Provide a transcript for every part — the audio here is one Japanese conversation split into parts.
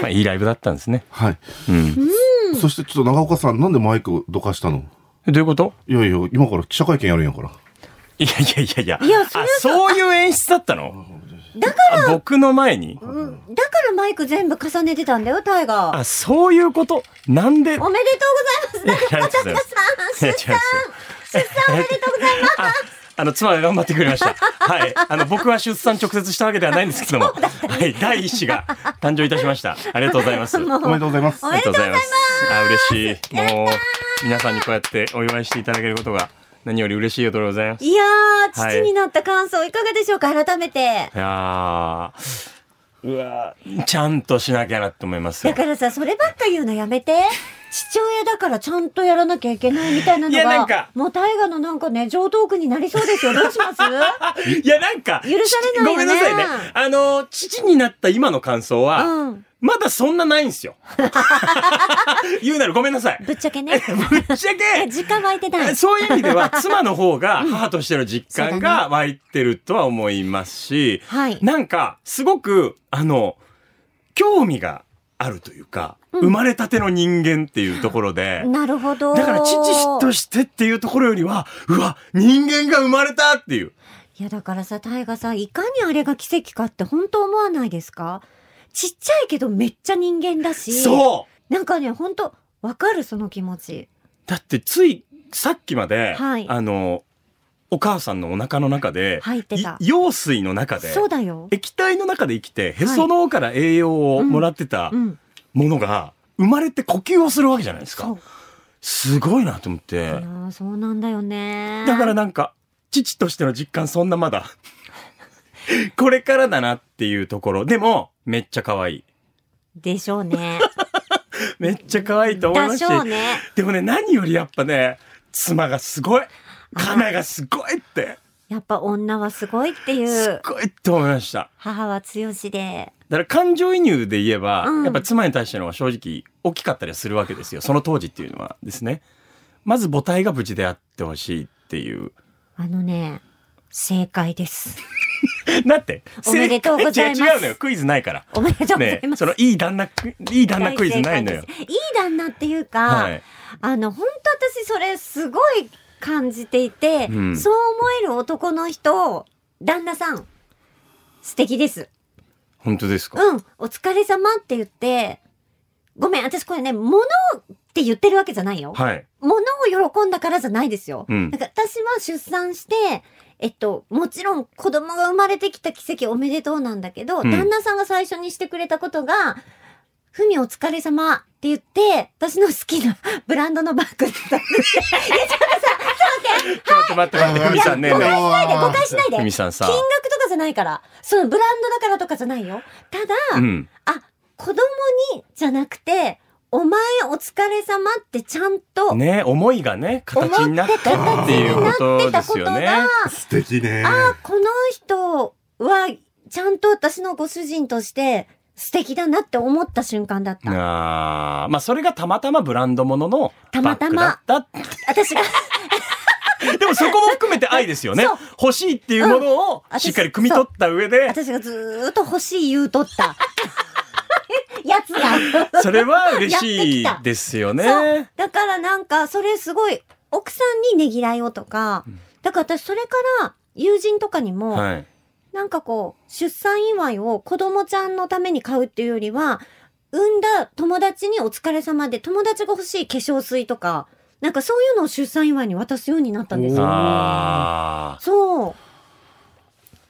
まあ、いいライブだったんですね。はい。うん。そしてちょっと長岡さん、なんでマイクをどかしたのどういうこといやいや、今から記者会見やるんやから。いやいやいやいや。いやそれあは、そういう演出だったのだかあ僕の前にら、うん、だからマイク全部重ねてたんだよ、タイガー。あ、そういうことなんでおめでとうございます。いやありがとうございますさん、出いや産、出産おめでとうございます。ああの妻が頑張ってくれま した。はい、あの僕は出産直接したわけではないんですけども、はい、第一子が誕生いたしました。ありがとうございます。もおめでとうございますお。めでとうございます。ありがとうございます。あ、嬉しい。もう皆さんにこうやってお祝いしていただけることが何より嬉しいことでございます。いいやー、はい父になった感想いかがでしょうか、改めて。やー、うわー、ちゃんとしなきゃなって思いますだよ。からさ、そればっか言うのやめて。父親だからちゃんとやらなきゃいけないみたいなのいやなんがか、もう大河のなんかね、上トークになり そうですよ。どうしますいやなんか許されなごいよねめんなさいね。あの父になった今の感想は、うんまだそんなないん ですよ。言うならごめんなさい。ぶっちゃけ ね。ぶっちゃけ実家湧いてない。そう いう意味では、妻の方が母としての実感が湧いてるとは思いますし、はいなんか、すごく、あの、興味があるというか、生まれたての人間っていうところで、なるほど。だから父としてっていうところよりは、うわ、人間が生まれたっていう。いやだからさ、大河さん、いかにあれが奇跡かって本当思わないですかちっちゃいけどめっちゃ人間だし。そうなんかね、本当わかるその気持ち。だってつい、さっきまで、はいあの、お母さんのお腹の中で、入ってたい羊水の中で、そうだよ。液体の中で生きて、へその緒から栄養をもらってたうん。ものが、生まれて呼吸をするわけじゃないですそかう。。すごいなと思っいてや。ーそうなんだよね。だからなんか、父としての実感そんなまだ、これからだなっていうところ。でも、めっちゃ可愛い。でしょうね。めっちゃ可愛いと 思いまだすししょうね。でもね、何よりやっぱね、妻がすごい。カナがすごいって、やっぱ女はすごいっていすっう、ごいって思いました。母は強しで。だから感情移入で言えば、うんやっぱ妻に対しての方が正直大きかったりはするわけですよ。その当時っていうのはですね。まず母体が無事であってほしいっていう。あのね、正解です。だって、おめでとうございます正解違う違うのよ。クイズないから。おめでとうござねいます。そのいい旦那、いい旦那クイズないのよ大。正解ですいい旦那っていうか、はいあの、本当私それすごい感じていて、うんそう思える男の人、旦那さん、素敵です。本当ですか、うん、お疲れ様って言って、ごめん、私これね、物って言ってるわけじゃないよ。はい。物を喜んだからじゃないですよ。うんなんか私は出産して、えっと、もちろん子供が生まれてきた奇跡おめでとうなんだけど、うん旦那さんが最初にしてくれたことが、ふみお疲れ様って言って、私の好きなブランドのバッグだった。ちょっと待って待って、ふみさんね誤えね解しないで、誤解しないえ。で。ふみ金さんさ。額とかじゃないから、そのブランドだからとかじゃないよ。たうだ、ん。あ、子供にじゃなくて、お前お疲れ様ってちゃんと、ね思いがね、思っ形てになったっていうことたでこすとよね。が、素敵ね。あこの人は、ちゃんと私のご主人として素敵だなって思った瞬間だった。あーまあそれがたまたまブランドもののたまバたッグまだったっ私が、でもそこも含めて愛ですよねそう。欲しいっていうものをうんしっかり汲み取った上で、私がずーっと欲しい言うと った。やつが。それは嬉しいやってきたですよそうね。。だからなんか、それすごい、奥さんにねぎらいをとか、だから私それから、友人とかにも、はい。なんかこう、出産祝いを子供ちゃんのために買うっていうよりは、産んだ友達にお疲れ様で、友達が欲しい化粧水とか、なんかそういうのを出産祝いに渡すようになったんですよ。あーそう。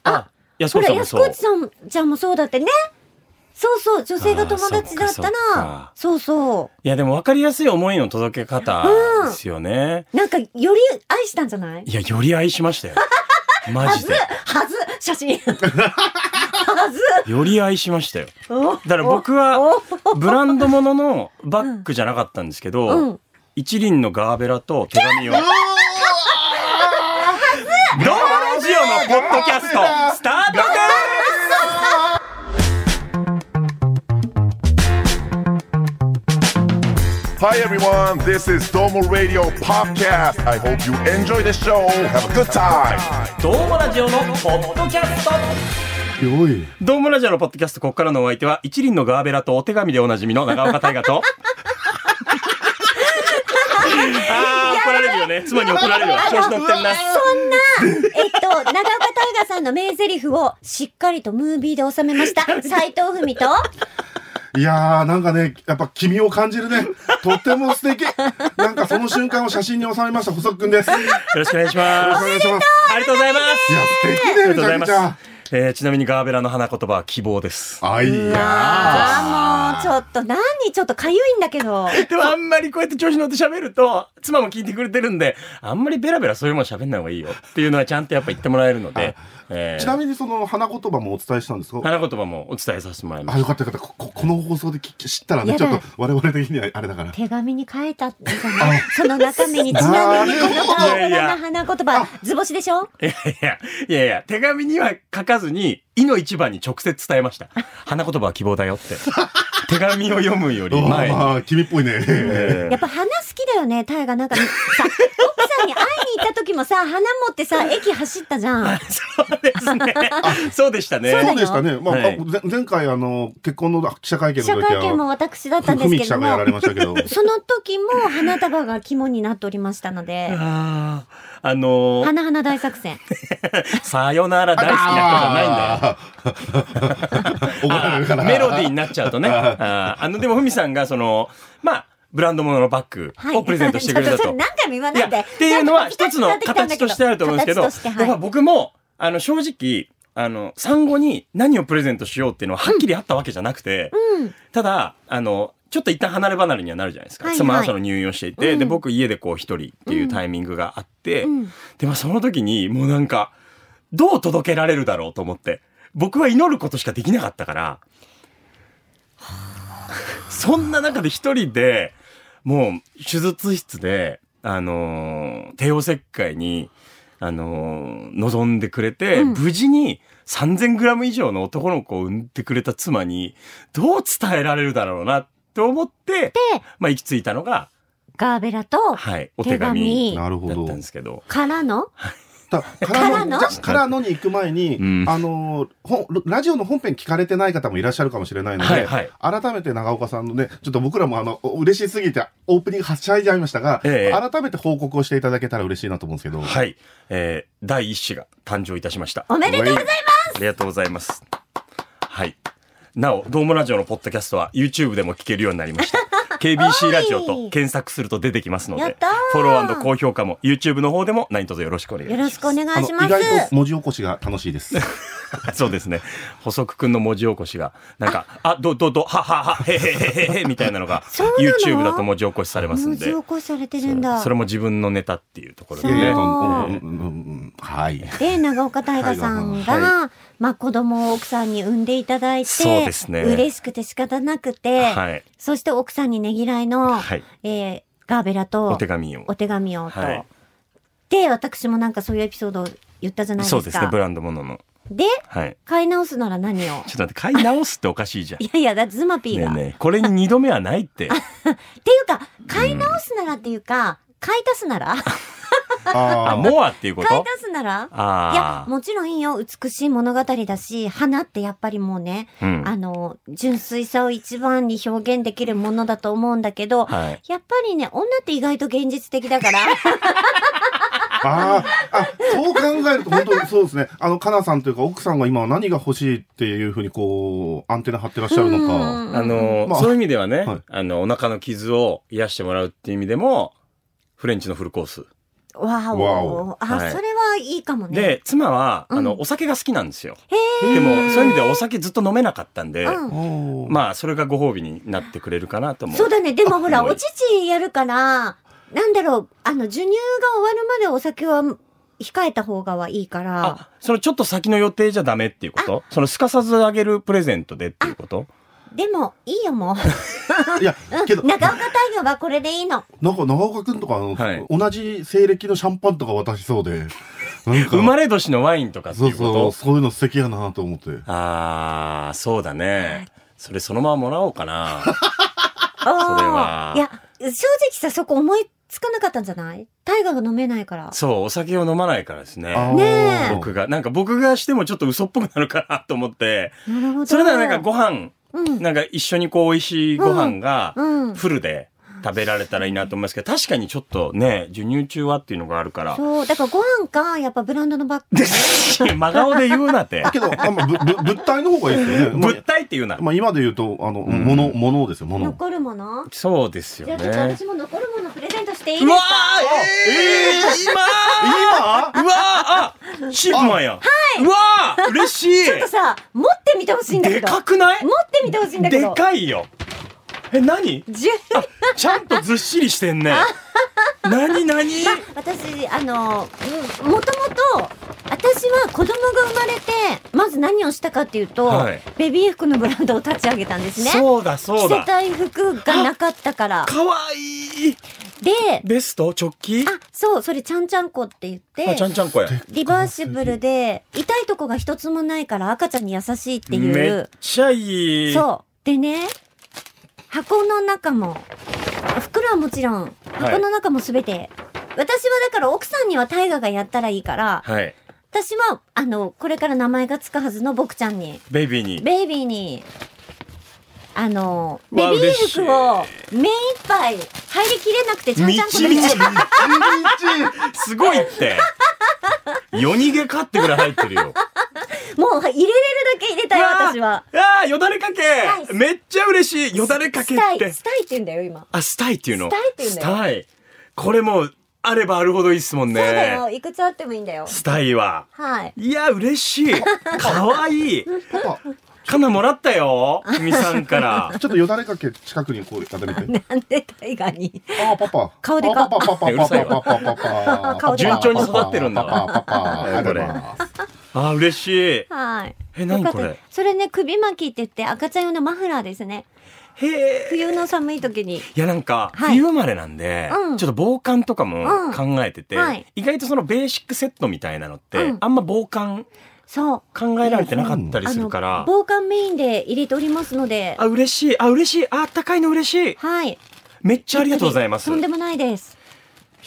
あ。安ほ子ら、さんも安そ子う。ちゃん、ちゃんもそうだってね。そうそう、女性が友達だったあーそっかそっ、らかそうそいやでも分かりやすい思いの届け方ですよね。う。なんか、より愛したんじゃないいや、より愛しました よ。マはジずで。はず写真 はずより愛しましたよ。おだから僕は、おブランドもののバッグじゃなかったんですけど、うん。一輪のガーベラと手紙を。どうもラジオのポッドキャスト、スタート Hi everyone, this is Domo Radio Podcast. I hope you enjoy the show. Have a good time. ですどうもラジオのポッドキャストおい。ドームラジオのポッドキャスト、ここからのお相手は、一輪のガーベラとお手紙でおなじみの長岡大河 と。あー、怒られるよね。妻に怒られるわ。調子乗ってんな。そんな、えっと、長岡大河さんの名台詞をしっかりとムービーで収めました。斎藤文と、いやー、なんかね、やっぱ君を感じるね。とっても素敵。なんかその瞬間を写真に収めました、細くんです。よよろしくお願いしろましくおす。願いします。ありがとうございます。いや、素敵あね、りがとめうちござゃいくまちゃ。す。えー、ちなみにガーベラの花言葉は希望です。あいやああ、もう、ちょっと、何、ちょっとかゆいんだけど。でもあんまりこうやって調子乗って喋ると、妻も聞いてくれてるんで、あんまりベラベラそういうもん喋んない方がいいよっていうのはちゃんとやっぱ言ってもらえるので、えー。ーちなみにその花言葉もお伝えしたんですか花言葉もお伝えさせてもらいまあ、す。よかったよかった。こここの放送で聞き知ったらね、やちだょっと我々的にはあれだから。手紙に書いたんじゃないその中身にちなみにこのいや大いや柄な花言葉、図星でしょいやいや、いやいや、手紙には書かずに、意の一番に直接伝えました。花言葉は希望だよ って。手紙を読むより前に。ああ、君っぽいね。えやっぱ花好きだよね、タイがなんかさ、奥さんに会いに行った時もさ、花持ってさ、駅走ったじゃん。ーそうですね。 そうでしたね。そうだそうよでしたね。まあ、はいあぜ前回、あの、結婚の記者会見記者の時会見もは、私だったんでふすみけ記ど者がやもら、れました けど。その時も花束が肝になっておりましたので、 ああ、あのー花花大作戦。さよなら大好きな人じゃないんだよ。 怒られる かあら。メロディーになっちゃうと ね。あーあの、でも、ふみさんが、その、まあ、ブランド物ののバッグをプレゼントしてくれた ちょっと。そ何回も言わいなや、いで。っていうのは一つの形としてあると思うんですけど、形としてはいやっぱ僕も、あの、正直、あの、産後に何をプレゼントしようっていうのははっきりあったわけじゃなくて、うん。ただ、あの、ちょっと一旦離れ離れにはなるじゃないですか。はいはい妻はその入院をしていて、うんで、僕家でこう一人っていうタイミングがあって、うんで、まあその時にもうなんか、どう届けられるだろうと思って、僕は祈ることしかできなかったから、そんな中で一人で、もう手術室で、あのー帝王切開に、あのー望んでくれて、うん無事に 3000g 以上の男の子を産んでくれた妻に、どう伝えられるだろうな、と思って、まあ行き着いたのが、ガーベラと、はい、お手手紙紙なるほだったんどで。すけど。からの、だからのじゃからのに行く前に、うんあのほんラジオの本編聞かれてない方もいらっしゃるかもしれないので、はいはい改めて長岡さんのね、ちょっと僕らもあのお嬉しすぎてオープニングはしゃいじゃいましたが、ええ改めて報告をしていただけたら嬉しいなと思うんですけど、はい、えー、第一子が誕生いたしました。おめでとうございますありがとうございます。はい。なお、ドームラジオのポッドキャストは YouTube でも聞けるようになりま した。KBC ラジオと検索すると出てきますのやっでたー、フォロー高評価も YouTube の方でも何卒よろしくお願いしよまろす。しくお願あいのし意ます。外と文字起こしが楽し いです。そうですね。補足くんの文字起こしが、なんか、あ、ど、ど、ど、は、は、は、へへへへへ、みたいなのが そうなの YouTube だと文字起こしされますん文字で起、こしされてるんだ。それも自分のネタっていうところいでやいやねそ。うんうんうんうんはい。で、長岡大河さんが、まあ子供を奥さんに産んでいただいて、そうですね嬉しくて仕方なくて、はい。そして奥さんにねぎらいの、はい。えーガーベラとお手紙をお。手紙をと、はいで、私もなんかそういうエピソードを言ったじゃないですか。そうですね、ブランドものの。で、はい。買い直すな ら何をちょっと待って、買い直すっておかしいじゃん。いやいや、だってズマピーねが、えねえ、これに二度目はない って。っていうか、買い直すならっていうか、買い足すならああ、あ、モアっていうこ買いと足すならいやあ、あ。もちろんいいよ。美しい物語だし、花ってやっぱりもうね、うんあの、純粋さを一番に表現できるものだと思うんだけど、はい。やっぱりね、女って意外と現実的 だから、あーあ、そう考えると本当にそうですね。あの、かなさんというか奥さんが今は何が欲しいっていうふうにこう、アンテナ張ってらっしゃるのか。あの、まあそういう意味ではね、はいあの、お腹の傷を癒してもらうっていう意味でも、フレンチのフルコース。わわおお。あ、はいそれはいいかもね。で、妻は、うんあの、お酒が好きなんですよ。へでも、そういう意味ではお酒ずっと飲めなかったんで、うんおーまあ、それがご褒美になってくれるかなと思う。そうだね。でもほら、もうお乳やるから、なんだろう、あの、授乳が終わるまでお酒は控えた方がはいいから、あ、そのちょっと先の予定じゃダメっていうことそのすかさずあげるプレゼントでっていうことでも、いいよも う。いや、けど、長岡大河はこれでいいの。なんか長岡くんとかあの、はい同じ西暦のシャンパンとか渡しそうで、なんか、生まれ年のワインとかってそういうことそう、そういうの素敵やなと思って。ああ、そうだね。そ れそのままもらおうかな。それはいや、正直さ、そこ思いつかなかったんじゃない大河が飲めないから。そう、お酒を飲まないからですあね。ーねえ僕が、なんか僕がしてもちょっと嘘っぽくなるかなと思って、なるほど。それならなんかご飯、うん。なんか一緒にこう美味しいご飯がうん。フルで食べられたらいいなと思いますけど、確かにちょっとね、授乳中はっていうのがあるから。そう。だからご飯か、やっぱブランドのバッグ。真顔で言うな って。けど、あまあぶぶ物体の方がいいですよね。ま物体って言うなあ、。まあ、今で言うと、あの、ん物、物ですよ、物。残るものそうですよじゃあね。ちょっと私も残るものプレゼントしていいうですわかーえー、今今うわーあシープマンやん。うわー嬉しいちょっとさ、持ってみてほしいんだけでど。かくない持ってみてほしいんだけでど。かいよえ、何じゅちゃんとずっしりしてんね。何何まあ、私、あの、うんもともと、私は子供が生まれて、まず何をしたかっていうと、はいベビー服のブランドを立ち上げたんですね。そうだそう着せだ。たい服がなかったから。かわいいで、ベスト直帰あ、そう、それちゃんちゃんこって言って、あ、ちゃんちゃんこや。リバーシブルで、痛いとこが一つもないから赤ちゃんに優しいっていめっう。ちゃいい。そう。でね、箱の中も、袋はもちろん、箱の中もすべて、私はだから奥さんには大河がやったらいいから、はい。私は、あの、これから名前がつくはずの僕ちゃんに、ベイビーに。ベイビーに、あの、うわベビー服を嬉目いっぱい入りきれなくてちゃんちゃんこ道で々 す。すごいって。夜逃げかってぐらい入ってるよ。もう入れれるだけ入れたうよ、わー私は。ああ、よだれかたいけめっちゃ嬉しいよだれかけスタってイ、。スタイって言うんだよ、今。あ、スタイっていうのスタイっていうんだよスタイこれもう、あればあるほどいいっすもんそうだよ、ね。いくつあってもいいんだよ。スタイは。はい。いや、嬉 しい。かわいい。パパ、かなもらったよ。ふみさん から。ちょっとよだれかけ近くにこう、やってみて。なんで大河に。あー、パパ。顔でかあーパパ、パパ、うるパさいパ、わパパ、パ パ。顔でか順調に育ってるんだ パパ、パパ、あこりれがとうございますあー、嬉しい。へはい。え何よかっこたれそれね、首巻きって言って赤ちゃん用のマフラーですね。え。冬の寒い時に。いやなんか、はい冬生まれなんで、うんちょっと防寒とかうもん考えてて、はい意外とそのベーシックセットみたいなのって、うんあんま防寒そう。考えられてなかったりするから、防寒メインで入れておりますので。あ、嬉しい、あ、嬉しい、あ、あったかいの嬉しい。はい。めっちゃありがとうございます。とやんでもないです。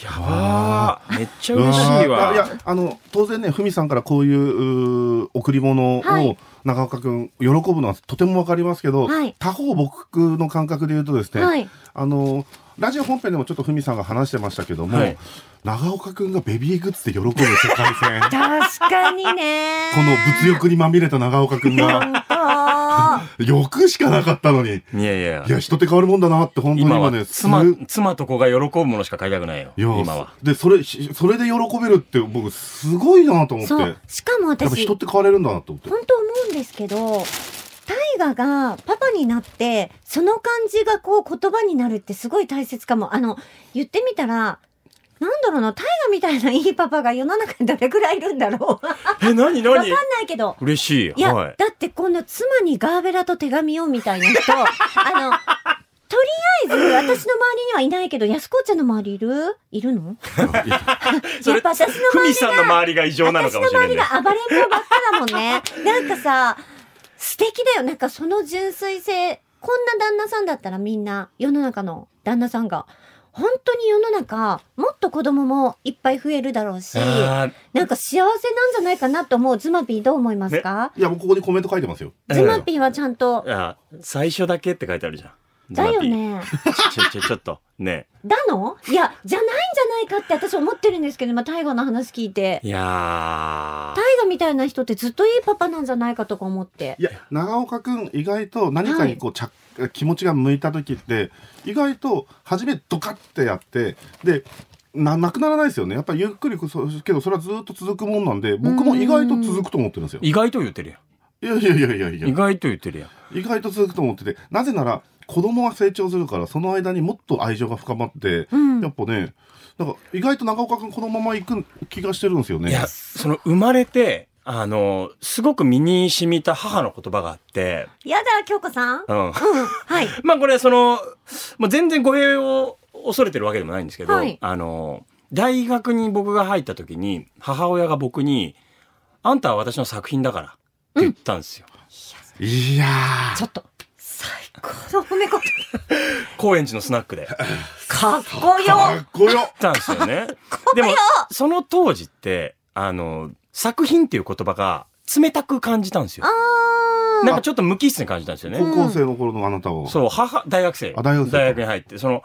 ばー。めっちゃ嬉しいうーいわ。や、あの、当然ね、ふみさんからこういううー贈り物を、はい長岡くん喜ぶのはとてもわかりますけど、はい他方僕の感覚で言うとです ね、はい。。あの、ラジオ本編でもちょっとふみさんが話してましたけども、はい長岡くんがベビーグッズで喜ぶ世界線 確かに ね。この物欲にまみれた長岡くん が、 本欲しかなかったのに、いやいやい。や、人って変わるもんだなって、本当に今今はね、す妻い、妻と子が喜ぶものしか買いたくないよ。や今は。で、それ、しそれで喜べるって僕、すごいなと思当。って。そう。しかもやっぱ私、人っ本て変われるんだなと思って。当思うんですけど、大河がパパになって、その感じがこう言葉になるってすごい大切かも。あの、言ってみたら、なんだろうな、大河みたいないいパパが世の中にどれくらいいるんだろう。わえ、なにかなんにないけど。嬉しいい。や、はい。だって今度妻にガーベラと手紙をみたいな人、 あの、とりあえず私の周りにはいないけど、安子ちゃんの周りいるい るのやっぱ私のふ周みりさんの周りが異常なの私かのもしれな周いり。が暴れん坊ばっかだも んね。なんかさ、素敵だよ。なんかその純粋性。こんな旦那さんだったらみんな、世の中の旦那さんが、本当に世の中、もっと子供もいっぱい増えるだろうし、あーなんか幸せなんじゃないかなと思う。ズマピーどう思いますかいや、僕ここにコメント書いてますよ。えズマピーはちゃんと、あ、最初だけって書いてあるじゃん。だよズマピね。ー。ちょ、ちょ、ちょっと。ねだのいや、じゃないんじゃないかって私思ってるんですけど、今、大河の話聞いてえ。。いや大河みたいな人ってずっといいパパなんじゃないかとか思って。いや、長岡くん、意外と何かにこう、ちゃ気持ちが向いた時って、意外と、初めドカッてやって、で、な、なくならないですよね。やっぱりゆっくりこそ、けど、それはずっと続くもんなんで、僕も意外と続くと思ってるんですよー。意外と言ってるいやいやいやいやいややん。意、外と言ってるやん。意外と続くと思ってて、なぜなら、子供は成長するから、その間にもっと愛情が深まって、うんやっぱね、なんか、意外と長岡くんこのまま行く気がしてるんですよね。いや、その生まれて、あの、すごく身に染みた母の言葉があって、やだ、京子さん。うん。うん。はい。まあこれその、まあ、全然語弊を恐れてるわけでもないんですけど、はいあの、大学に僕が入った時に、母親が僕に、あんたは私の作品だから、って言ったんですよ。いやちょっと、最高の褒め言葉。高円寺のスナックで。かかっこよかっこよたんですよね。でも、その当時って、あの、作品っていう言葉が冷たく感じたんですよ。あなんかちょっと無機質に感じたんですよね。高校生の頃のあなたを。そう、母、大学生。あ大学生に入って、その、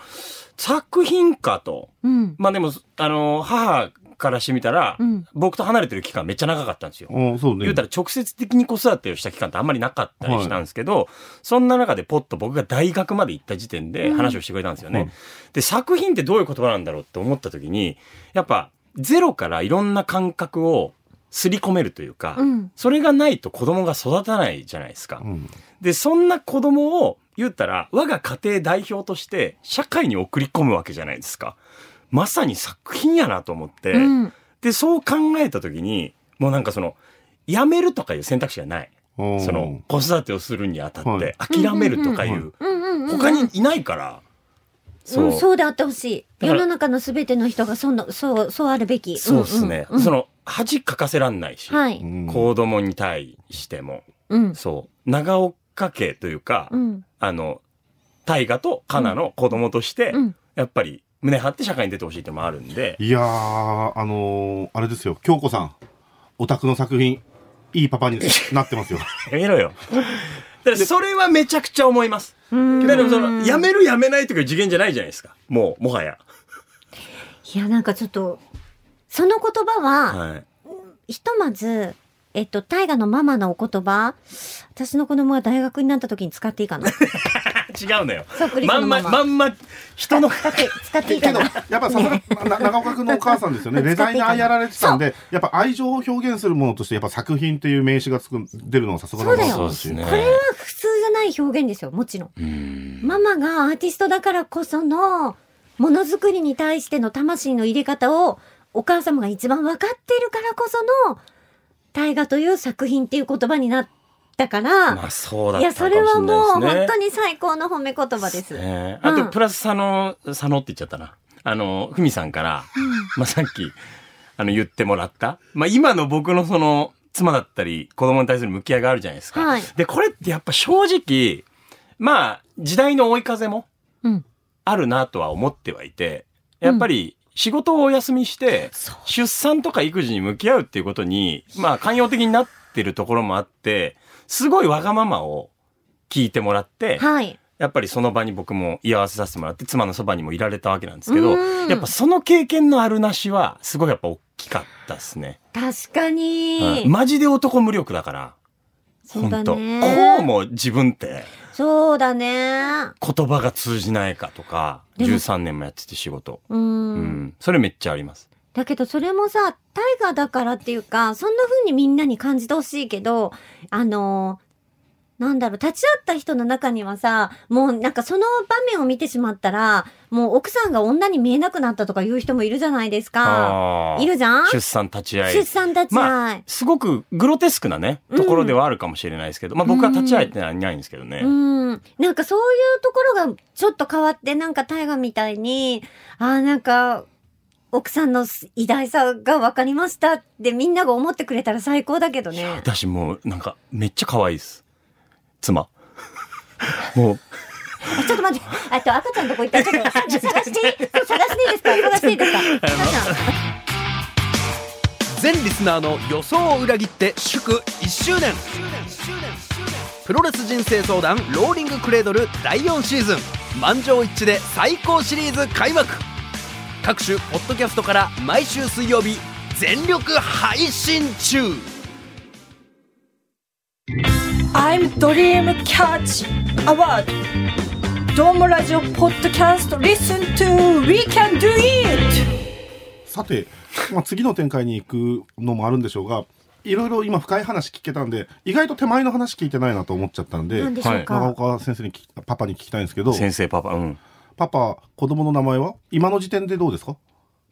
作品かと。ーうん。まあでも、あの、母からしてみたら、うん僕と離れてる期間めっちゃ長かったんですよ。うんそうね。言うたら直接的に子育てをした期間ってあんまりなかったりしたんですけど、そんな中でポッと僕が大学まで行った時点で話をしてくれたんですよね。うんで、作品ってどういう言葉なんだろうって思った時に、やっぱゼロからいろんな感覚をすり込めるというか、うん。それがないと子供が育たないじゃないですか。うんで、そんな子供を言ったら、我が家庭代表として社会に送り込むわけじゃないですか。まさに作品やなと思って、うん。で、そう考えた時に、もうなんかその、やめるとかいう選択肢がない。うんその、子育てをするにあたっはてい、諦めるとかいうんうんう、うんうんうんうん。他にいないから、うそん、う、そうであってほしい。だ世からの中のすべての人がそんな、そう、そうあるべき。そうですねうん。うんその、恥かかせらんないし、はうい。ん子供に対しても、うん。そう、長岡家というかう、ん。あの、大河とカナの子供としてう、ん。やっぱり胸張って社会に出てほしいってのもあるんで、いやー、あのー、あれですよ。京子さん、お宅の作品、いいパパになっ てますよ。やめろ よ。だからそれはめちゃくちゃ思います。うんだからその、やめるやめないとかいう次元じゃないじゃないですか。もう、もはや。いや、なんかちょっと、その言葉は、はい。ひとまず、えっと、大河のママのお言葉、私の子供が大学になった時に使っていい かな。違うのよ。そっくりまそんのま、ままま。んま、人の、使って、使っていいけかど、やなっ。ぱさすが、な長岡君のお母さんですよね。デザイナーやられてたんで、やっぱ愛情を表現するものとして、やっぱ作品という名詞がつく出るのはさすがだなと思うし。そうですねこれは普通じゃない表現ですよ、もちろん。ママがアーティストだからこその、ものづくりに対しての魂の入れ方を、お母様が一番分かっているからこその、大河という作品っていう言葉になったから、まあそうだいったや、かもそしれないでれすね。はもう本当に最高の褒め言葉です。ねうあんと、プラス佐野、佐野って言っちゃったな。あの、ふみさんから、まあ、さっき、あの、言ってもらった。まあ、今の僕のその、妻だったり、子供に対する向き合いがあるじゃないですか。はいで、これってやっぱ正直、まあ、時代の追い風もうん。あるなとは思ってはいて、やっぱり、仕事をお休みして、そう。出産とか育児に向き合うっていうことに、まあ、寛容的になってるところもあって、すごいわがままを聞いてもらって、はい。やっぱりその場に僕も居合わせさせてもらって、妻のそばにもいられたわけなんですけど、うんやっぱその経験のあるなしは、すごいやっぱ大きかったですね。確かはいに。マジで男無力だから、そうだ本当こね。うも自分ってそうだね。言葉が通じないかとか、でも13年もやってて仕事。うん。うん。それめっちゃあります。だけどそれもさ、タイガーだからっていうか、そんな風にみんなに感じてほしいけど、あのーなんだろう、立ち会った人の中にはさ、もうなんかその場面を見てしまったら、もう奥さんが女に見えなくなったとかいう人もいるじゃないですか。あーいるじゃん出産立ち会出い。産立ち会い。まあ、すごくグロテスクなね、ところではあるかもしれないですけど、まあ僕は立ち会えてないんですけどね。うん。なんかそういうところがちょっと変わって、なんか大河みたいに、ああ、なんか、奥さんの偉大さが分かりましたってみんなが思ってくれたら最高だけどね。私もうなんかめっちゃ可愛いです 妻もうあちょっと待って、あと赤ちゃんのとこ行っ たらちょっと探して、探していいですか探していいですか赤ちゃん。全リスナーの予想を裏切って祝1周年プロレス人生相談ローリングクレードル第4シーズン満場一致で最高シリーズ開幕各種ポッドキャストから毎週水曜日全力配信中 I'm Dream Catch Award ドームラジオポッドキャスト Listen to We Can Do It さて、まあ、次の展開に行くのもあるんでしょうが、いろいろ今深い話聞けたんで、意外と手前の話聞いてないなと思っちゃったんで、なんでしょうか、長岡先生に聞きパパに聞きたいんですけど、先生パパうんパパ、子供の名前は今の時点でどうですか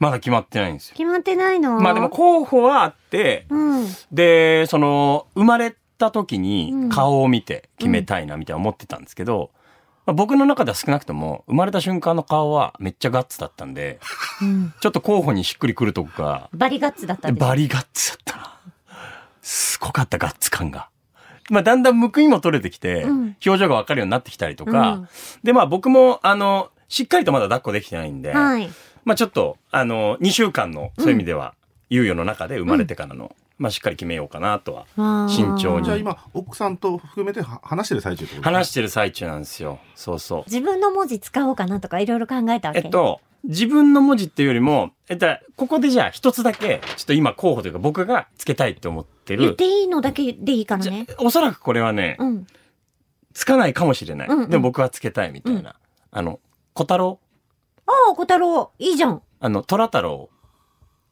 まだ決まってないんですよ決まってないのまあでも候補はあってうん。でその生まれた時うにん顔を見て決めたいなみたいな思ってたんですけど、まあ僕の中では少なくとも生まれた瞬間の顔はめっちゃガッツだったんでうん。ちょっと候補にしっくりくるとこがバリガッツだったんです。バリガッツだったな。すごかったガッツ感が。まあ、だんだん報いも取れてきて、うん表情がわかるようになってきたりとか、うんで、まあ僕も、あの、しっかりとまだ抱っこできてないんで、はい。まあちょっと、あの、2週間の、そういう意味では、猶予の中で生まれてからの、まあしっかり決めようかなとは、あー慎重じゃあに。今奥さんと含めては話してる最中ってこと話ししてる最中なんですよ。そうそう。自分の文字使おうかなとかいろいろ考えたわけ。えっと、自分の文字っていうよりも、えっと、ここでじゃあ一つだけ、ちょっと今候補というか僕がつけたいって思って言っる。ていいのだけでいいからね。おそらくこれはね、うん。つかないかもしれない。うんうんでも僕はつけたいみたいな。あの、小太郎ああ、小太郎、いいじゃん。あの、虎太郎。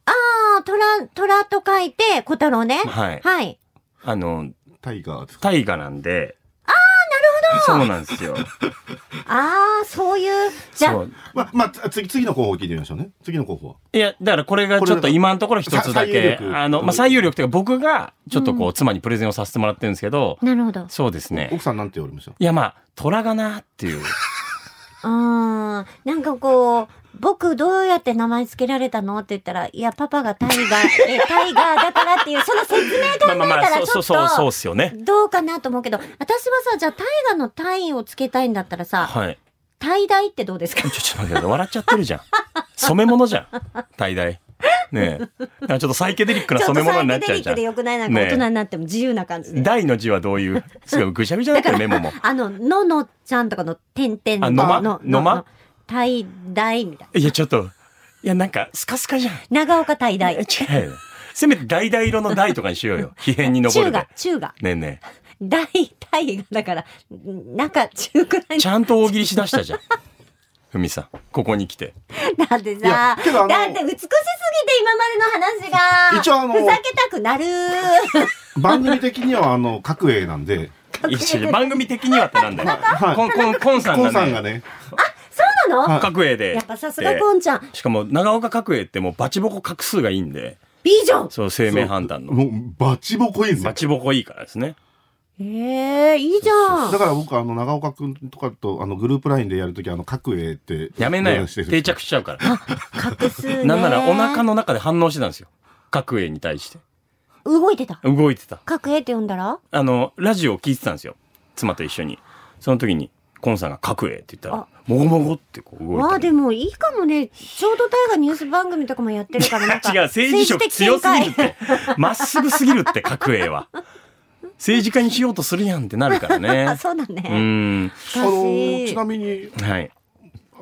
ああ、虎、虎と書いて、小太郎ね。はい。はい。あの、タイガーですか大河なんで。ああ、なるほどそうなんですよ。ああ、そういう、 じゃそあ、う。まあ、まあ、つ次次の候補を聞いてみましょうね次の候補はいや、だからこれがちょっと今のところ一つだこけれが最有、力あの、まあ、最有力というか僕がちょっとこう、妻にプレゼンをさせてもらってるんですけど、なるほど。そうですね。奥さんなんて言われましたいや、まあ、虎がなって いう。あーなんかこう、僕どうやって名前つけられたのって言ったら、いや、パパがタイガー、え、タイガーだからっていう、その説明考まあえまあたまあ、そらうちそょうそう、そうっっすよね。と、どうかなと思うけど、私はさ、じゃあタイガーのタイをつけたいんだったらさ、はい。大大ってどうですかちょ、ちょっと待って、笑っちゃってるじゃん。染め物じゃん。大々。ねえ。なんかちょっとサイケデリックなちょっ染とめ物サにイなっケちデゃうリッじゃクんで。よくないなんかね大人になっても自由な感じで。大の字はどう いう、すごいぐしゃぐしゃだったよ、メモも。あの、ののちゃんとかの点々あのまの、のまタイ大みたいいや、ちょっと、いや、なんか、スカスカじゃん。な。長岡大大。え違うよ。せめて大々色の大とかにしよう よ。皮変に残中るで。がね、中が。えね大大が、だから、中中くらいえ。ちゃんと大喜利しだした じゃん。ふみさん、ここに来て。だっていやさ、だってけどあの美しすぎて今までの話が、一応あのふざけたくなる。番組的にはあ の各営なんでいや違う番組的に はってなんだよ。はいコン、コン、コンさんコンがさねんが。ねそうなの、はい角栄で。やっぱさすがこんちゃん。しかも、長岡角栄ってもうバチボコ画数がいいんで、美女そう、生命判断の。もうバチボコいいんですよバチボコいいからですね。ええいいじゃん。だから僕あの長岡くんとかとあのグループラインでやるときあの各営ってやめなよ。話してる定着しちゃうから。隠すね。なんならお腹の中で反応してたんですよ。角栄に対して。動いてた。動いてた。角栄って呼んだらあの、ラジオを聞いてたんですよ。妻と一緒に。その時に、コンさんが角栄って言ったらあ、もごもごってこう動いてわあ、でもいいかもね。ちょうど大河ニュース番組とかもやってるからなん か。違う、政治色強すぎるっ政治的見解て。まっすぐすぎるって、角栄は。政治家にしようとするやんってなるから あ、ね。そうだうね。ーん。あ難のしちいなみにはい。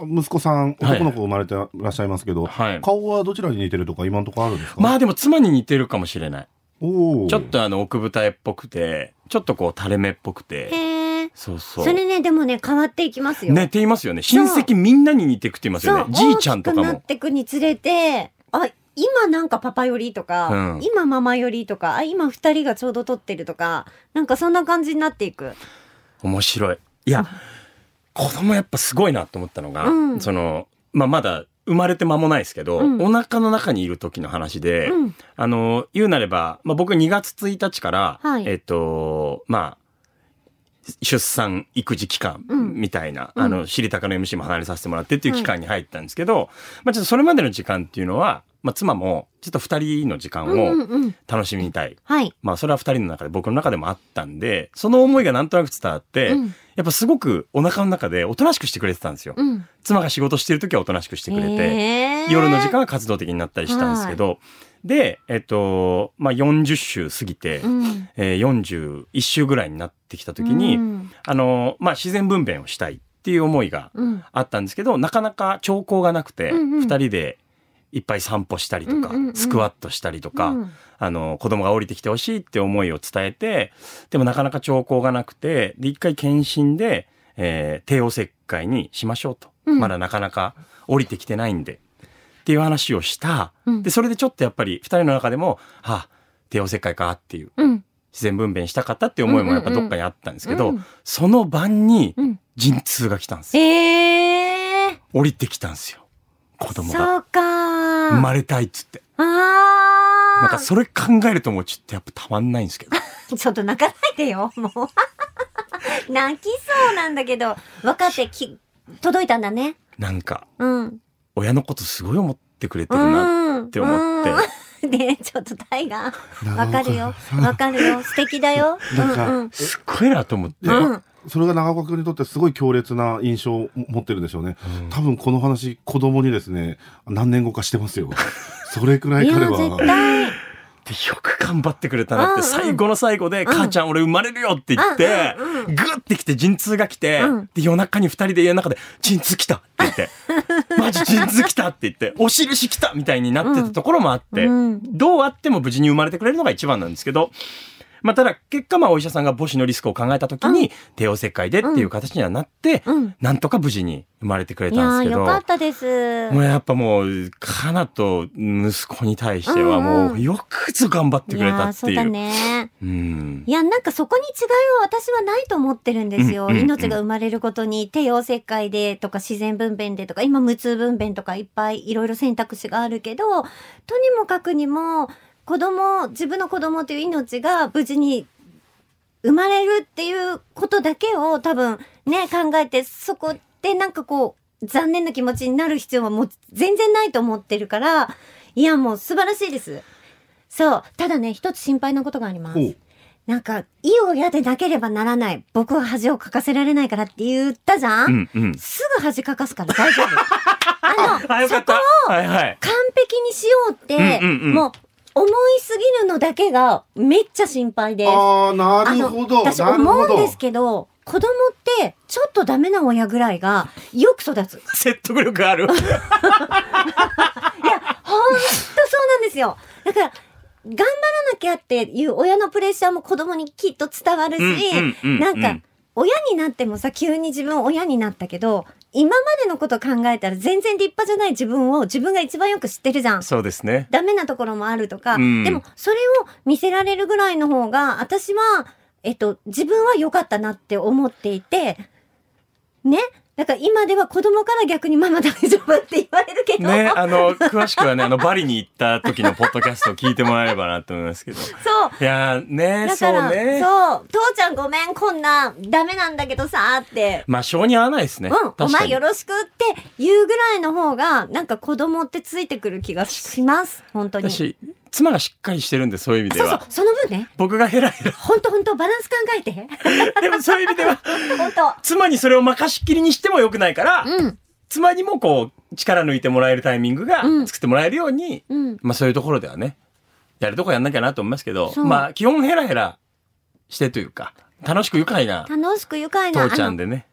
息子さんはい男の子生まれてらっしゃいますけど、はい顔はどちらに似てるとか今のところあるんですか、まあでも妻に似てるかもしれない。おーちょっとあの奥舞台っぽくて、ちょっとこう垂れ目っぽくて。へえ。そうそ。そうれね、でもね、変わっていきますよ。ね、って言いますよね。親戚みんなに似てくって言いますそようね。じいちゃんとか大きくなもっ。てくにつれて、あ、今なんかパパ寄りとか、うん今ママ寄りとか、あ、今二人がちょうど撮ってるとか、なんかそんな感じになっていく。面白い。いや、子供やっぱすごいなと思ったのが、うんその、まあまだ生まれて間もないですけど、うんお腹の中にいる時の話で、うん。あの、言うなれば、まあ僕2月1日から、はいえっと、まあ、出産育児期間うんみたいな、うんあの、知りたかの MC も離れさせてもらってっていう期間に入ったんですけど、まあちょっとそれまでの時間っていうのは、まあ妻もちょっと二人の時間うんうんをうん。楽しみたい。はい。まあそれは二人の中で僕の中でもあったんで、その思いがなんとなく伝わって、うんやっぱすごくお腹の中でおとなしくしてくれてたんですよ。うん。妻が仕事してる時はおとなしくしてくれて、えー夜の時間は活動的になったりしたんですけど、で、えっと、まあ、40週過ぎて、うん。えー41週ぐらいになってきた時に、うん。あの、まあ、自然分娩をしたいっていう思いがうんあったんですけど、なかなか兆候がなくて、二、うんうん人でいっぱい散歩したりとか、うんうんうんスクワットしたりとか、うんあの、子供が降りてきてほしいって思いを伝えて、でもなかなか兆候がなくて、で、一回検診で、えー帝王切開にしましょうと。うんまだなかなか降りてきてないんで。っていう話をした。うんで、それでちょっとやっぱり二人の中でも、あ、帝王切開かっていう、うん。自然分娩したかったって思いもやっぱどっかにあったんですけど、その晩にうん陣痛が来たんですよ。えー。降りてきたんですよ。子供が。そうか生ー。まれたいっつって。あー。なんかそれ考えるともうちょっとやっぱたまんないんですけど。ちょっと泣かないでよ、もう。 泣きそうなんだけど、分かってき、届いたんだね。なんか、うん。親のことすごい思ってくれてるなっって思って、 ねちょっとタイガー。長わ岡かるよ。わかるよ。素敵 だよ。うなんかんうん。すっごいなと思って。でうんそれが長岡君にとってすごい強烈な印象を持ってるんでしょうね、多分この話子供にですね何年後かしてますよそれくらいいや、彼絶は対。でよく頑張ってくれたなっうんうんて、最後の最後で、母ちゃん俺生まれるよって言ってうんうん、グッて来て陣痛が来てうん、で夜中に二人で家の中で、陣痛来たって言って、 マジ陣痛来たって言って、お印来たみたいになってたところもあってうん、どうあっても無事に生まれてくれるのが一番なんですけど、まあ、ただ、結果、まあ、お医者さんが母子のリスクを考えたときに、帝王切開でっていう形にはなってうん、なんとか無事に生まれてくれいたんやですけど。よかったです。もうやっぱもう、カナと息子に対してはうんもうう、よくぞ頑張ってくれたやってそういだう。ね。うん。いや、なんかそこに違いは私はないと思ってるんですよ。うんうんうん命が生まれることに、帝王切開でとか自然分娩でとか、今無痛分娩とかいっぱいいろいろ選択肢があるけど、とにもかくにも、子供、自分の子供という命が無事に生まれるっていうことだけを多分ね、考えて、そこでなんかこう、残念な気持ちになる必要はもう全然ないと思ってるから、いや、もう素晴らしいです。そう。ただね、一つ心配なことがありますお。うなんか、意をやでなければならない。僕は恥をかかせられないからって言ったじゃん、うんうん。すぐ恥かかすから 大丈夫。あの、あ、よかった。はいはい。完璧にしようって、うんうんうんもう、思いすぎるのだけがめっちゃ心配です。ああなあるのほど私なる思ほうんどですけど、子供ってちょっとダメな親ぐらいがよく育つ。説得力ある。いや、ほんとそうなんですよ。だから、頑張らなきゃっていう親のプレッシャーも子供にきっと伝わるし、うんうんうんうんなんか、親になってもさ、急に自分親になったけど、今までのこと考えたら全然立派じゃない自分を自分が一番よく知ってるじゃ ん。そうですね。ダメなところもあるとか、うんでもそれを見せられるぐらいの方が、私は、えっと、自分は良かったなって思っていて、ね。だから今では子供から逆にママ大丈夫って言われるけど、ね、あの、詳しくはね、あの、バリに行った時のポッドキャストを聞いてもらえればなと思いますけど。いそう。やーね、だそかうら、そう,、ね。父ちゃんごめん、こんな、ダメなんだけどさ、って。まあ、性に合わないですね。うん、お確か前によ。ろしくって言うぐらいの方が、なんか子供ってついてくる気がし ます。本当に。そう私、妻がしっかりしてるんで、そういう意味でそうは、。その分ね。僕がヘラヘほんとほんと、バランス考えて。 ラ。でもそういう意味では、ほんと。妻にそれを任しっきりにしても良くないから、うん。妻にもこう力抜いてもらえるタイミングがうん作ってもらえるように、うん。まあそういうところではねやるとこやんなきゃなと思いますけどそうまあ基本ヘラヘラしてというか楽しく愉快な楽しく愉快な、父ちゃんでね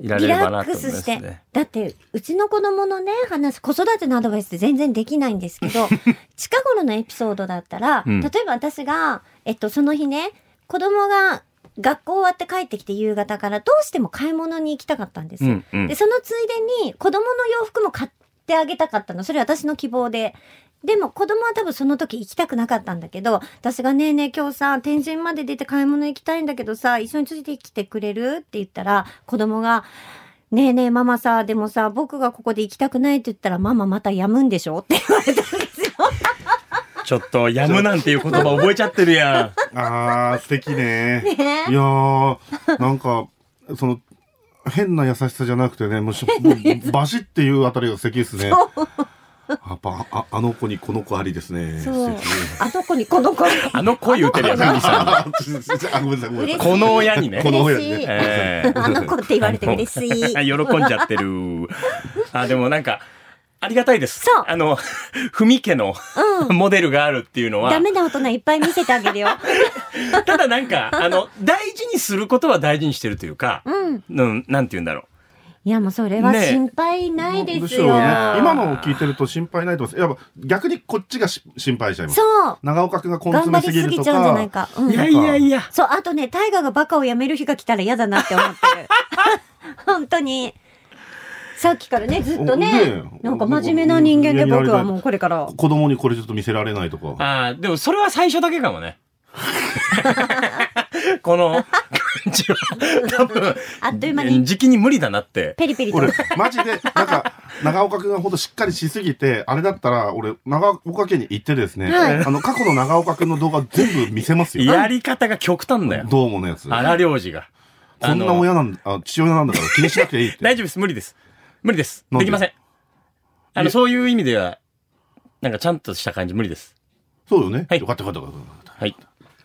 いられればリラなッとク思いまスしすて、ね。だってうちの子供のね話子育てのアドバイスって全然できないんですけ ど近頃のエピソードだったら、うん例えば私が、えっと、その日ね子供が学校終わって帰ってきて夕方からどうしても買い物に行きたかったんですうよ。んうんで、そのついでに子供の洋服も買ってあげたかったの。それ私の希望で。でも子供は多分その時行きたくなかったんだけど、私がねえねえ今日さ、天神まで出て買い物行きたいんだけどさ、一緒についてきてくれるって言ったら、子供が、ねえねえママさ、でもさ、僕がここで行きたくないって言ったら、ママまたやむんでしょって言われたんですよ。ちょっとやむなんていう言葉覚えちゃってる やあー素敵ねねえいやーなんかその変な優しさじゃなくてねもうしもうバシッっていうあたりが素敵ですねやっぱああの子にこの子ありですねそう素敵ね。あの子にこの子に。んあの声言うてるやんふみさんああごめんなさいごめんなさい嬉この親にねこの親嬉しねいええあの子って言われて嬉しい。 喜んじゃってる。あ、でもなんか、ありがたいです。そうあの、 ふみ家の、 モデルがあるっていうのはダ、メな大人いっぱい見せてあげるよ。ただなん か、あの、大事にすることは大事にしてるというか、うん。うん、なんて言うんだろいやもうそれはねえ心配ないでむしすろよ。ね今のを聞いてると心配ないと思いますやっぱ逆にこっちがし心配しちゃいますそう。長岡君が根頑詰張めすぎりするぎとちゃうんじゃないかか。うう。んいやいやいや。そう、あとね、大河がバカをやめる日が来たら嫌だなって思ってる。本当に。さっきからね、ずっとねね、えなんか真面目な人間でうん僕はもうこれから。子供にこれちょっと見せられないとかああ、でもそれは最初だけかも ね。この感じは、多分、あっという間に時期に無理だなって。ペリペリと。俺マジでなんか長岡君がほんとしっかりしすぎてあれだったら俺長岡家に行ってですね、はいあの過去の長岡君の動画全部見せますよやり方が極端だよ。どうものやつ荒領事が。こんな親なんだあ父親なんだから気にしなくていい って大丈夫です。無理です。無理です。なんでできません。あいの、やそういう意味では、なんかちゃんとした感じ無理です。そうよね。はいよかったよかったよかった。はい。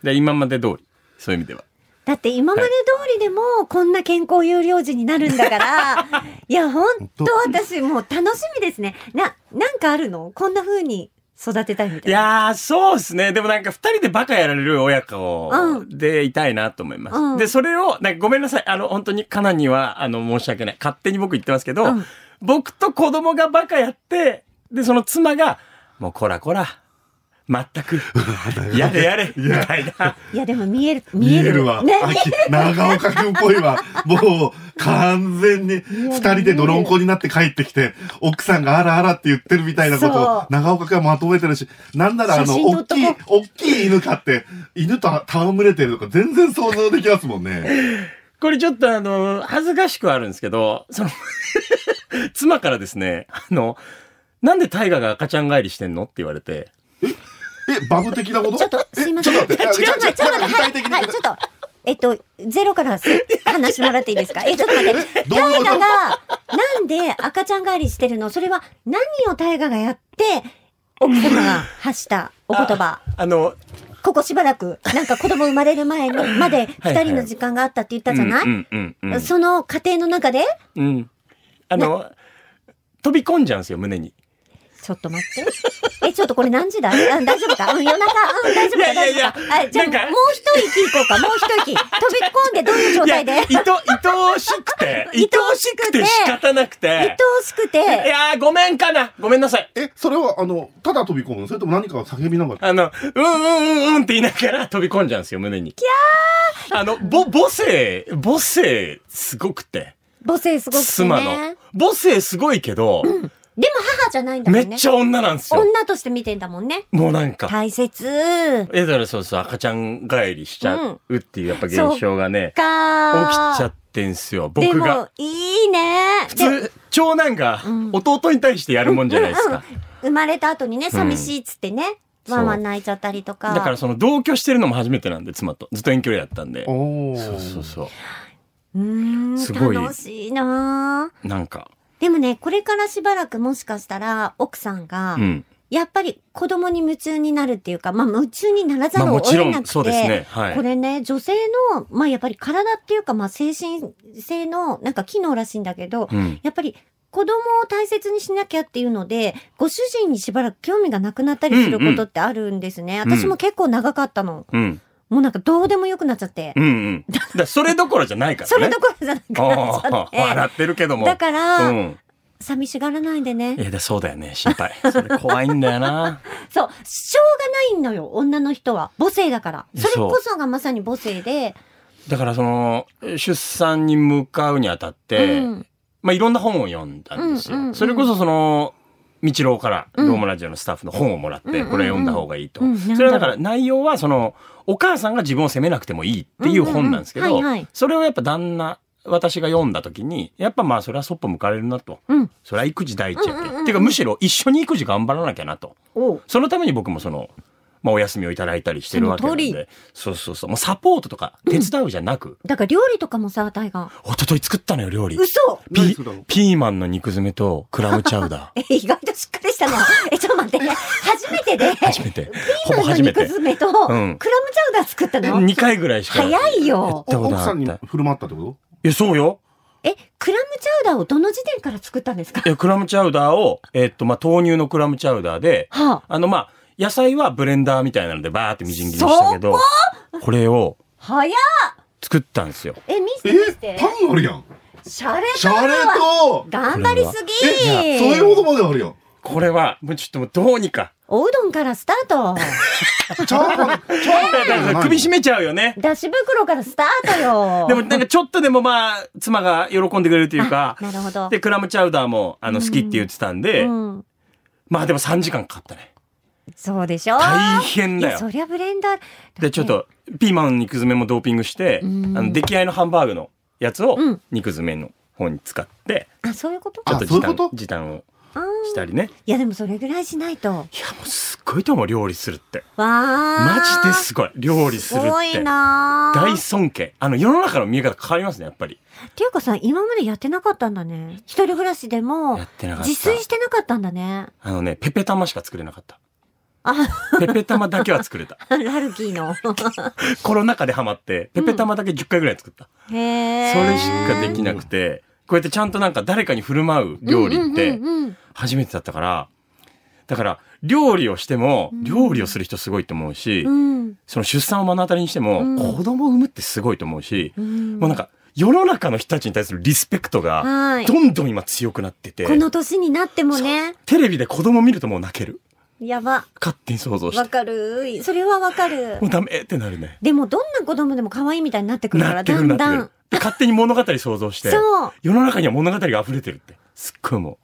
で、今まで通り。そういう意味では。だって今まで通りでもこんな健康有料児になるんだから、いや、ほんと私もう楽しみですね。な、なんかあるのこんな風に育てたいみたいいな。やー、そうですね。でもなんか二人でバカやられる親子うんでいたいなと思います。うんで、それを、なんかごめんなさい。あの、本当にカナには、あの、申し訳ない。勝手に僕言ってますけど、うん僕と子供がバカやって、で、その妻が、もうこらこら、全 く、やれやれ、みたいな。いや、でも見える、見見ええる。るわ。ね。秋長岡君っぽい わ。もう、完全に、二人で泥んこになって帰ってきて、奥さんがあらあらって言ってるみたいなことそうを、長岡君はまとめてるし、なんならあ写の、真大撮っときいこ、大きい犬飼って、犬と戯れてるとか全然想像できますもんね。これちょっとあの、恥ずかしくはあるんですけど、その、 妻からですね、あの、なんで大河が赤ちゃん帰りしてんのって言われて、え、バブ的なことちょっと、すいませえん。ちょっと待って。あちょっと待って、ちょっと待って、はい、はい、ちょっと。えっと、ゼロからす話してもらっていいですかえ、ちょっと待って。どういう大こと河が、なんで赤ちゃん帰りしてるのそれは何を大河がやって、奥様が発したお言葉。あの、ここしばらく、なんか子供生まれる前に、まではい二人の時間があったって言ったじゃない、うんうんうん、うん。その過程の中で、うん。あの、飛び込んじゃうんですよ、胸に。ちょっと待って。 え、ちょっとこれ何時だうん、大丈夫かうん、夜中。うん、大丈夫かいやい大やいや丈夫かはい、じゃあなんかもう一息行こうか。もう 一息。飛び込んでどういう状いや、態いでと、愛おしく て、愛おしくて仕方なく愛て。おしくいて、やー、ごめんかな。ごめんなさい。え、それはあの、ただ飛び込むのそれとも何かを叫びながら。あの、うんうんうんうんって言いながら 飛び込んじゃうんですよ、胸に。キャーあの、ぼ、母性、母性、すごくて。母性すごくて妻ねの。。母性すごいけど、でも母じゃないんだもめんっねち。ゃ女なんですよ。女として見てんだもんね。もうなんか。大切。え、だからそうそう、赤ちゃん帰りしちゃうっていうやっぱ現象がね、起かきちゃっってんすよ、で僕が。も、いいね。普で通、長男がん弟に対してやるもんじゃないですか。生まれた後にね、寂しいっつってね、うんワンワン泣いちゃったりとか。だからその同居してるのも初めてなんで、妻と。ずっと遠距離だったんで。おそうそうー。そうーん、すごい楽しいなぁう。なんか、でもね、これからしばらくもしかしたら、奥さんが、うん。やっぱり子供に夢中になるっていうか、まあ夢中にならざまあるをもち得ろなくん、て、そうですね。はいこ。れね、女性の、まあやっぱり体っていうか、まあ精神性のなんか機能らしいんだけど、うん。やっぱり子供を大切にしなきゃっていうので、ご主人にしばらく興味がなくなったりすることってあるんですね。うんうん私も結構長かったの。うん。もうなんかどうでもよくなっちゃって。うんうん。だからそれどころじゃないからね。それどころじゃなくなっちゃっああ笑ってるけどて。も。だから、うん。寂しがらないでいね。や、だそうだよね。心配。それ怖いんだよな。そう、しょうがないのよ、女の人は。母性だから。いやそれそうこそがまさに母性で。だからその、出産に向かうにあたって、うんまあ、いろんな本を読んだんですよ。うんうんうんそれこそその、道郎から、うドんームラジオのスタッフの本をもらって、うんうんうんこれ読んだ方がいいと。うんそれはだから内容は、その、お母さんが自分を責めなくてもいいっていう本なんですけうんうんうどんはいはい、それをやっぱ旦那、私が読んだ時に、やっぱまあそれはそっぽ向かれるなと。うん。それは育児第一やけ。うんうんうんうんっていうかむしろ一緒に育児頑張らなきゃなと。おうそのために僕もその、まあお休みをいただいたりしてるわけなんそので。そうそうそう。もうサポートとか手伝うじゃなく、だから料理とかもさ、大河。一昨日作ったのよ、料理。嘘 ピ何するだろうピーマンの肉詰めとクラムチャウダー。え、意外としっかりしたの。え、ちょっと待って。初めてで。 初めて。ほぼ今の初め肉て。詰めと、クラんムチャウダー作ったの、 2回ぐらいしか。早いよ。たこと奥あったさんに振る舞ったってこいや、そうよ。え、クラムチャウダーをどの時点から作ったんですかいや、クラムチャウダーを、えっと、まあ、豆乳のクラムチャウダーで、はあ、あの、まあ、野菜はブレンダーみたいなのでバーってみじん切りしたけど、これを早っ作ったんですよ。え、見せとて見せえて。パンあるやんシャレシたャレわ。と頑張りすぎえ、そういうことまであるやんこれは、もうちょっともうどうにか。おうどんからスタート。チャー ハン、チャーだかハンじゃらない首絞めちゃうよね。だし袋からスタートよ。でもなんかちょっとでもまあ、妻が喜んでくれるというか、なるほど。で、クラムチャウダーも、あの、好きって言ってたんで、うん。まあでも3時間かかったね。そうでしょ大変だよいやそりゃブレンダー。で、ちょっ。と、ピーマンの肉詰めもドーピングして、あんの、出来合いのハンバーグのやつをうん、肉詰めの方に使って、あ、そういうことちょあっとそうい時うこ短と、時短をあーしたりね。いや、でもそれぐらいしないと。いや、もうすっごいと思う、料理するって。わあ。マジですごい、料理するすごっいて。なー大尊敬。あの、世の中の見え方変わりますね、やっぱり。っていうかさ、今までやってなかったんだね。一人暮らしでもやっ、てなかった。自炊してなかったんだね。あのね、ペペ玉しか作れなかった。あ、ペペ玉だけは作れ た。ラルキーの。コロナ禍でハマって、ペペ玉だけ10回ぐらい作った。へえ。それしかできなくて、こうやってちゃんとなんか誰かに振る舞う料理ってうんうんうんうん初めてだったから、だから料理をしても、料理をする人すごいと思うし、うん。その出産を目の当たりにしても、うん子供を産むってすごいと思うし、んもうなんか世の中の人たちに対するリスペクトはがいどんどん今強くなってて、この年になってもね、テレビで子供見るともう泣ける。やば。勝手に想像しわて。かる。それはわかるも。うダメってなるね。でも、どんな子供でも可愛いみたいになってくるかなら、ってだくるなんってだくんる。。勝手に物語想像して。そう。世の中には物語が溢れてるって。すっごいも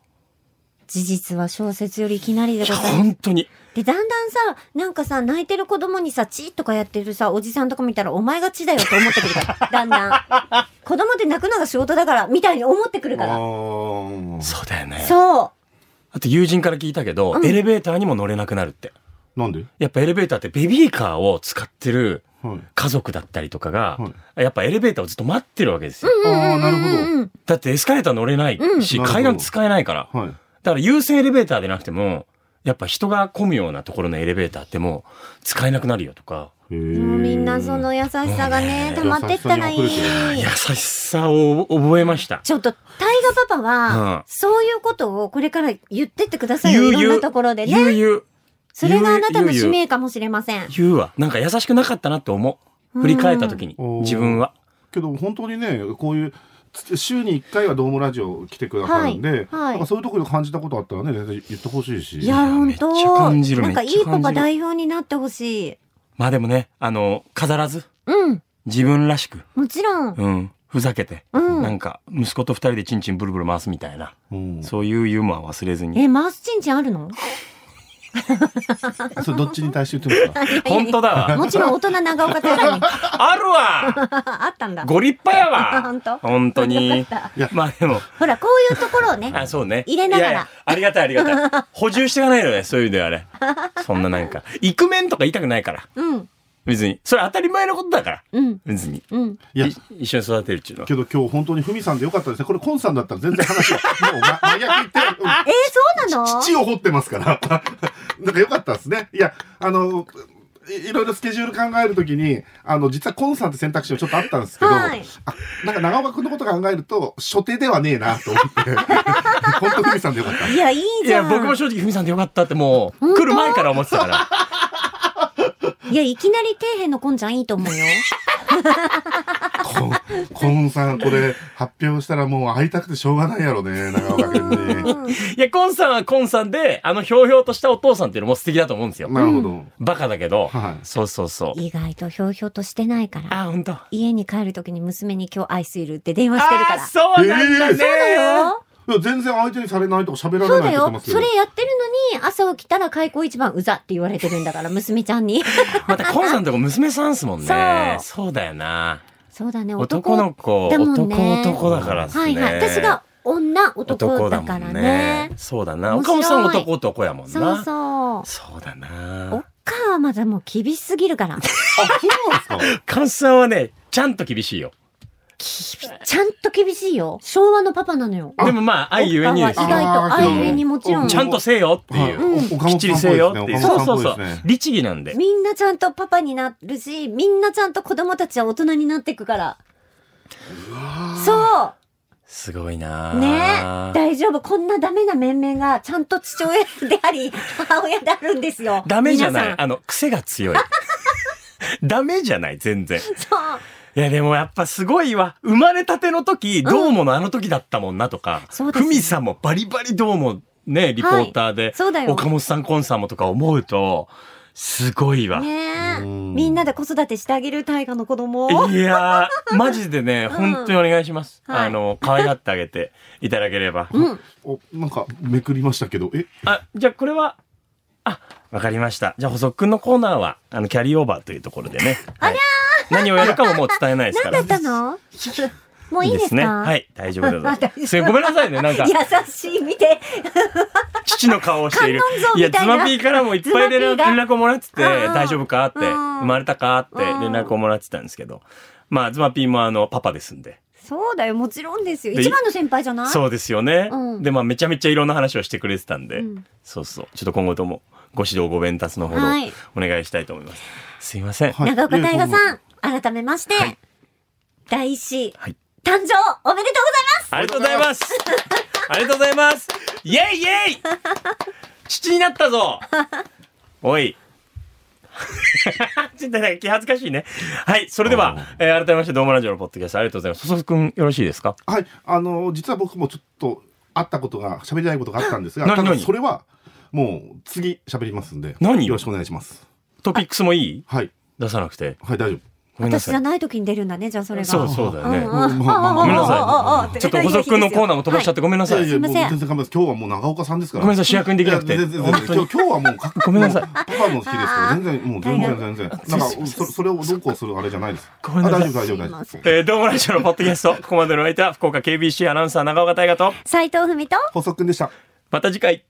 事実は小説よりいきなりう。でいごや、ざいます。本当に。で、だんだんさ、なんかさ、泣いてる子供にさ、チーとかやってるさ、おじさんとか見たら、お前がチだよと思ってくるから。だんだん。子供って泣くのが仕事だから、みたいに思ってくるあから。ーそうだよね。そう。あと友人から聞いたけど、うんエレベーターにも乗れなくなるって。なんで、やっぱエレベーターってベビーカーを使ってるはい、家族だったりとかが、はやっぱエレベーターをずっと待ってるわけですよ。ああなるうんほうん。だってエスカレーター乗れないし、うん階段使えないから。ど、はい、だから優先エレベーターでなくても、やっぱ人が混むようなところのエレベーターってもう使えなくなるよとか、へでもみんなその優しさがね、溜まってったらい優しさに溢い優。しさを覚えました。ちょっと、タイガパパうんは、そういうことをこれから言ってってください言よ。ういろん言なうところで言うね。言う。それがあなた言うの言う使命かもしれません。言うわ。なんか優しくなかったなって思う。振り返った時にうん、自分は。けど本当にねこういうつ週に1回は「ドームラジオ」来てくださるんで、はいはいなんかそういうところで感じたことあったらね全然言ってほしいしいや、本当めっちゃ感じるなんかいめっちいゃ感じパるパ代表になってほしい。まあでもね、あの、飾らず、うん。自分らしく、もちろん。うん、ふざけて、うんなんか、息子と二人でチンチンブルブル回すみたいな、うん、そそういうユーモアは忘れずに。え、マウスチンチンあるのれどっちに対して言ってます か本当だわ。もちろん大人長岡 大会にあるわあったんだ。ご立派やわ 本当本当に。まあでも、ほら、こういうところをね。あ、そうね。入れながらいやいやありがたいありが たい。補充していかないのね、そういう意味ではね。そんななんか、イクメンとか言いたくないから。うん。別に。それ当たり前のことだから。うん。別に。うん。いやい一緒に育てるっていうのはけど今日本当にふみさんでよかったですねこれコンさんだったら全然話はもう、ま、真逆言ってるうんえー、そうなの土を掘ってますから なんかよかったですねいやあのいいろいろスケジュール考えるときにあの実はコンさんって選択肢もちょっとあったんですけど、はいあなんか長岡君のこと考えると初手ではねえなと思って 本当ふみさんでよかったいや、いいいじゃや、ん。僕も正直、ふみさんでよかったってもう、本当来る前から思ってたから。いや、いきなり底辺のこんちゃんいいと思 うよ。こコンさんこれ発表したらもう会いたくてしょうがないやろね長岡君にうんいや、コンさんはコンさんで、あの、ひょうひょうとしたお父さんっていうのも素敵だと思うんですよ。なるほど、バカだけど、はいそうそうそう。意外とひょうひょうとしてないから。あ、ほんと。あ家に帰るときに娘に今日アイスいるって電話してるから。ーそうなんだね。そうだよ。いや全然相手にされないとか喋らそうれないって言っだてよま。すけそどれやってるのに、朝起きたら開口一番うざって言われてるんだから、娘ちゃんに。また、コンさんとこ娘さんっすもんね。そそうだよな。そうだね、男の子、だもんね男男だからっすはいね。はい。私が女男だ男だもからんねね。。そうだな。面岡白本いさん男男やもんそうな。そう。そうだおっな。かはまだもう厳しすぎるから。 あそうなんですかカンさんはね、ちゃんと厳しいよ。ちゃんと厳しいよ。昭和のパパなのよ。でもまあ、愛ゆえにですよ意おっか。外とあー愛ゆえにもちろあんーちゃんとせえよってはいいう。お岡きっ本ちさんりっぽいせよっていでう。すねそう岡そ本うさそんっぽいですうね。律儀なんで。みんなちゃんとパパになるし、みんなちゃんと子供たちは大人になっていくから。そうすごいなあね大丈夫。こんなダメな面々が、ちゃんと父親であり、母親であるんですよ。ダメじゃない。皆さんあの、癖が 強い。ダメじゃない、全然。そう。いや、でもやっぱすごいわ。生まれたての時、どうものあの時だったもんなとか。そうですふねみさんもバリバリどうもね、リポーターで。そうだよ岡本さん、コンさんもとか思うと、すごいわ。ねえ。うんみんなで子育てしてあげる大河の子供を。いやー、 マジでね、ん本当にお願いします。はいあの、可愛がってあげていただければ。うん。おなんかめくりましたけどえあ、じゃあこれは、あ、わかりました。じゃあ補足のコーナーは、あの、キャリーオーバーというところでね。はい何をやるかももう伝えないですか何 ら。だったのもういいですかね。はい、大丈夫でござい あ大ま丈す。夫すいごめんなさいね、なんか、優しい、見て。父の顔をしている観音像。いや、みたズいなマピーからもいっぱい連ズマピー絡が連絡をもらってて、うんうん大丈夫かって、うん生まれたかってう連ん絡をもらってたんですけど。まあ、ズマピーもあの、パパですんで。そうだよ、もちろんですよ。で一番の先輩じゃないそうですよねう。んで、まあ、めちゃめちゃいろんな話をしてくれてたんうでん。そうそう。ちょっと今後ともご指導ご鞭達のほどはいお願いしたいと思います。すいません。はい長岡大河さん、改めまして、はい大師、はい誕生おめでとうございますありがとうございます。ありがとうございます。イェイイェイ父になったぞおい。 ちょっとなんか気恥ずかしいね。はい、それでは、えー改めまして、ドームラジオのポッドキャストありがとうございます。細くん、よろしいですかはい、あの実は僕もちょっと会ったことが喋りたいことがあったんですが、何ただ何それはもう次喋りますんで、何よろしくお願いします。トピックスもいいはい、出さなくて。はい大丈ごめんな私さじゃい。ない時に出るんだね、じゃあそれが。そうそうだよね。ごごめんなさい。ちょっと細くんのコーナーも飛ばしちゃってごめんな夫。さい。すいませんもう全然構いです。今日はもう長岡さんですから。ごめんなさい、主役にできなくて。いや全然全然本当に。今日今日はもうかごめんなさいもうパパの日ですから全然もう全あ然ー全然なんすいませんかそそれをどうこうするあれじゃないです。ごめんなさいあ大丈夫大丈夫大丈夫すいま。せんえー、どうもラジオのポッドキャスト、ここまでのお相手は、福岡 KBC アナウンサー長岡大和と、斉藤文と細くんでした。また次回。